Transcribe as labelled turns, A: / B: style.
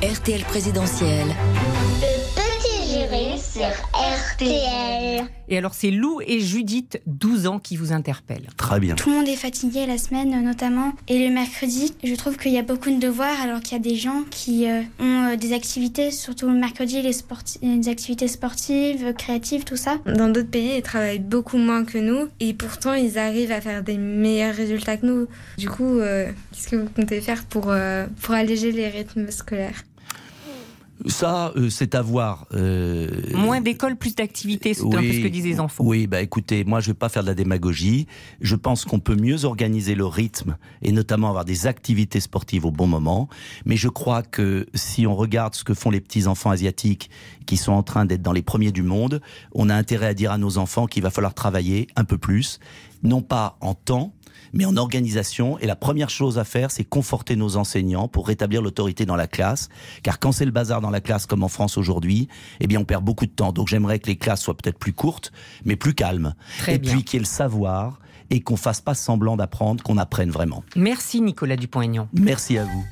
A: RTL présidentielle.
B: Le petit jury sur RTL.
C: Et alors, c'est Lou et Judith, 12 ans, qui vous interpellent.
D: Très bien.
E: Tout le monde est fatigué la semaine euh, notamment et le mercredi, je trouve qu'il y a beaucoup de devoirs alors qu'il y a des gens qui euh, ont euh, des activités, surtout le mercredi, les sporti- les activités sportives, euh, créatives, tout ça.
F: Dans d'autres pays, ils travaillent beaucoup moins que nous et pourtant ils arrivent à faire des meilleurs résultats que nous. Du coup, euh, qu'est-ce que vous comptez faire pour, euh, pour alléger les rythmes scolaires
D: Ça, euh, c'est à voir. euh,
C: Moins d'école, plus d'activités, c'est un peu ce que disaient les enfants.
D: Oui, bah écoutez, moi je ne vais pas faire de la démagogie. Je pense qu'on peut mieux organiser le rythme et notamment avoir des activités sportives au bon moment. Mais je crois que si on regarde ce que font les petits enfants asiatiques qui sont en train d'être dans les premiers du monde, on a intérêt à dire à nos enfants qu'il va falloir travailler un peu plus, non pas en temps, mais en organisation. Et la première chose à faire, c'est conforter nos enseignants pour rétablir l'autorité dans la classe. Car quand c'est le bazar dans la classe, comme en France aujourd'hui, eh bien, on perd beaucoup de temps. Donc, j'aimerais que les classes soient peut-être plus courtes, mais plus calmes.
C: Très
D: et
C: bien.
D: puis, qu'il y ait le savoir et qu'on fasse pas semblant d'apprendre, qu'on apprenne vraiment.
C: Merci Nicolas Dupont-Aignan.
D: Merci à vous.